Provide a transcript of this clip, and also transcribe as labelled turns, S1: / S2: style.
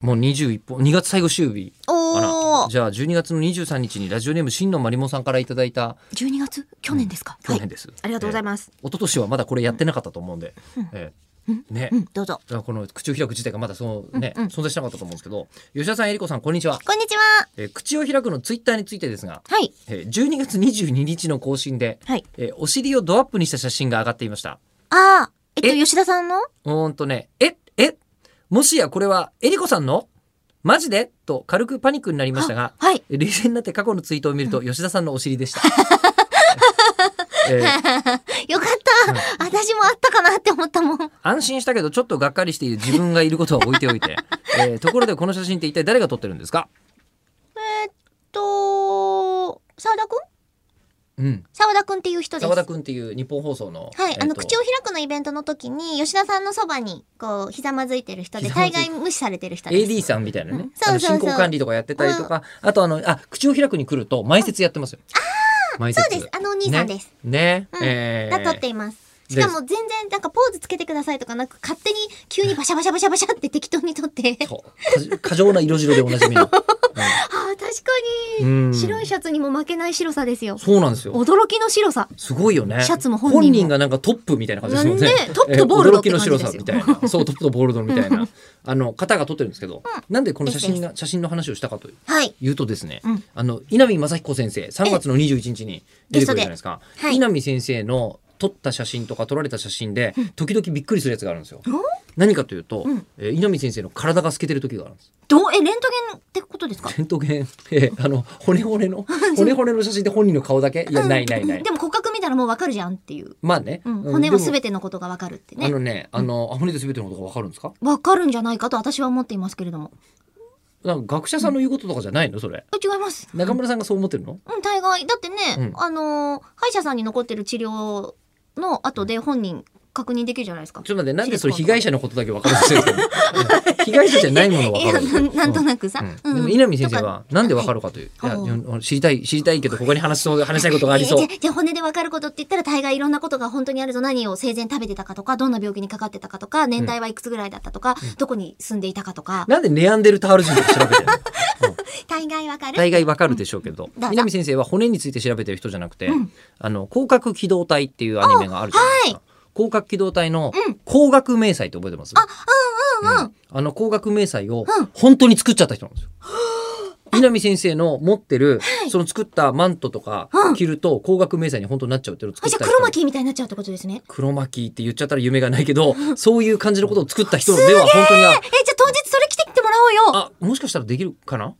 S1: もう21本2月最後週日あ
S2: お
S1: ら
S2: お
S1: じゃあ12月の23日にラジオネーム真のまりもさんからいただいた
S2: 12月去年ですか、
S1: 去
S2: は
S1: 年
S2: い
S1: です、
S2: ありがとうございます、
S1: 一昨年はまだこれやってなかったと思うんで、ええね、
S2: うんどうぞ
S1: だからこの口を開く自体がまだそのね、
S2: うんうん
S1: 存在しなかったと思うんですけど吉田さんえりこさんこんにちは、
S2: こんにちは
S1: えー口を開くのツイッターについてですが、
S2: はい
S1: えー12月22日の更新で、
S2: はい
S1: えーお尻をドアップにした写真が上がっていました
S2: ああえっと
S1: え
S2: 吉田さんの
S1: うーんとねええもしやこれはえりこさんのマジでと軽くパニックになりましたが
S2: あはい
S1: 冷静になって過去のツイートを見ると吉田さんのお尻で した。えー
S2: よかった、私もあったかなって思ったもん
S1: 安心したけどちょっとがっかりしている自分がいることは置いておいて、えーところでこの写真って一体誰が撮ってるんですか
S2: と澤田くん
S1: うん
S2: 澤田くんっていう人です
S1: 澤田君っていう日本放送の、
S2: はい、あ
S1: えー
S2: の
S1: と
S2: 口を開くのイベントの時に吉田さんのそばにこうひざまずいてる人で
S1: ひざまず
S2: 大
S1: い
S2: 概無視されてる人です
S1: AD さんみたいなね、
S2: うんそうそうそう
S1: あの進行管理とかやってたりとか、あとあのあ口を開くに来ると埋設やってますよ、埋
S2: そ
S1: 設
S2: うですあのお兄さんです、
S1: ね、
S2: うん
S1: えー
S2: が撮っていますしかも全然なんかポーズつけてくださいとかなく勝手に急にバシャバシャバシャバシャって適当に撮って
S1: そう過過剰な色白でおなじみの、
S2: あー確か
S1: うん
S2: に 白いシャツにも負けない白さですよ
S1: そうなんですよ
S2: 驚きの白さ
S1: すごいよね。
S2: シャツも本人も
S1: がなんかトップみたいな感じですもんね。
S2: ねトップとボールド
S1: え驚きの白さみたい
S2: って感じです
S1: な。そう、トップとボールドみたいな。あの、方が撮ってるんですけど、なんでこの写真が、写真の話をしたかと
S2: はい
S1: いうとですね、
S2: うん
S1: あの、稲見正彦先生、3月の21日に出てくるじゃないですか。
S2: ゲストではい
S1: 稲見先生の撮った写真とか撮られた写真で、時々びっくりするやつがあるんですよ。何かというと、
S2: うん
S1: えー稲見先生の体が透けてる時があるんです。
S2: どうえレントゲンってことですか
S1: レントゲン、えーあの、骨骨 の、骨骨の写真で本人の顔だけいや、ないないない
S2: で。も骨格見たらもうわかるじゃんっていう、
S1: まあね、
S2: うん
S1: うん
S2: 骨は
S1: でも
S2: 全てのことがわかるって
S1: あ
S2: ね
S1: のね、あの、あ、骨で全てのことがわかるんですか。
S2: わかるんじゃないかと私は思っていますけれども
S1: なんか学者さんの言うこととかじゃないの、それ。
S2: あ違います
S1: 中村さんがそう思ってるの。
S2: うん、大概。だってね、
S1: うん
S2: あのー歯医者さんに残ってる治療の後で本人確認できるじゃないですか。
S1: ちょっと待って、なんでそれ被害者のことだけわかるんですよ。うん被害者じゃないものわ
S2: い
S1: か
S2: や
S1: る。
S2: ななんとなくさ。
S1: うんでも稲見先生
S2: とか
S1: はなんでわかるかという、いや
S2: はい
S1: うん知りたい知りたいけど他に話しそう話したいことがありそ
S2: え
S1: う
S2: じゃじゃあ骨で分かることって言ったら大概いろんなことが本当にあるぞ何を生前食べてたかとかどんな病気にかかってたかとか年代はいくつぐらいだったとか、どこに住んでいたかとか、
S1: なんでネアンデルタール人とか調べてるの
S2: 大概分かる
S1: 大概わかるでしょうけど
S2: うんだだ
S1: 稲見先生は骨について調べてる人じゃなくて、あの広角機動隊っていうアニメがあるじゃないですか、広角機動隊の光学迷彩って覚えてます、
S2: うんうんうん、
S1: あの光学迷彩を
S2: うん
S1: 本当に作っちゃった人なんですよ。稲見先生の持ってる、その作ったマントとか
S2: うん
S1: 着ると光学迷彩に本当になっちゃうっていうのを作
S2: あ
S1: っ
S2: じゃ
S1: た
S2: あ
S1: 人
S2: 黒巻きみたいになっちゃうってことですね
S1: 黒巻って言っちゃったら夢がないけどそういう感じのことを作った人では本当にあ
S2: えじゃあ当日それ着てきてもらおうよ
S1: あもしかしたらできるかな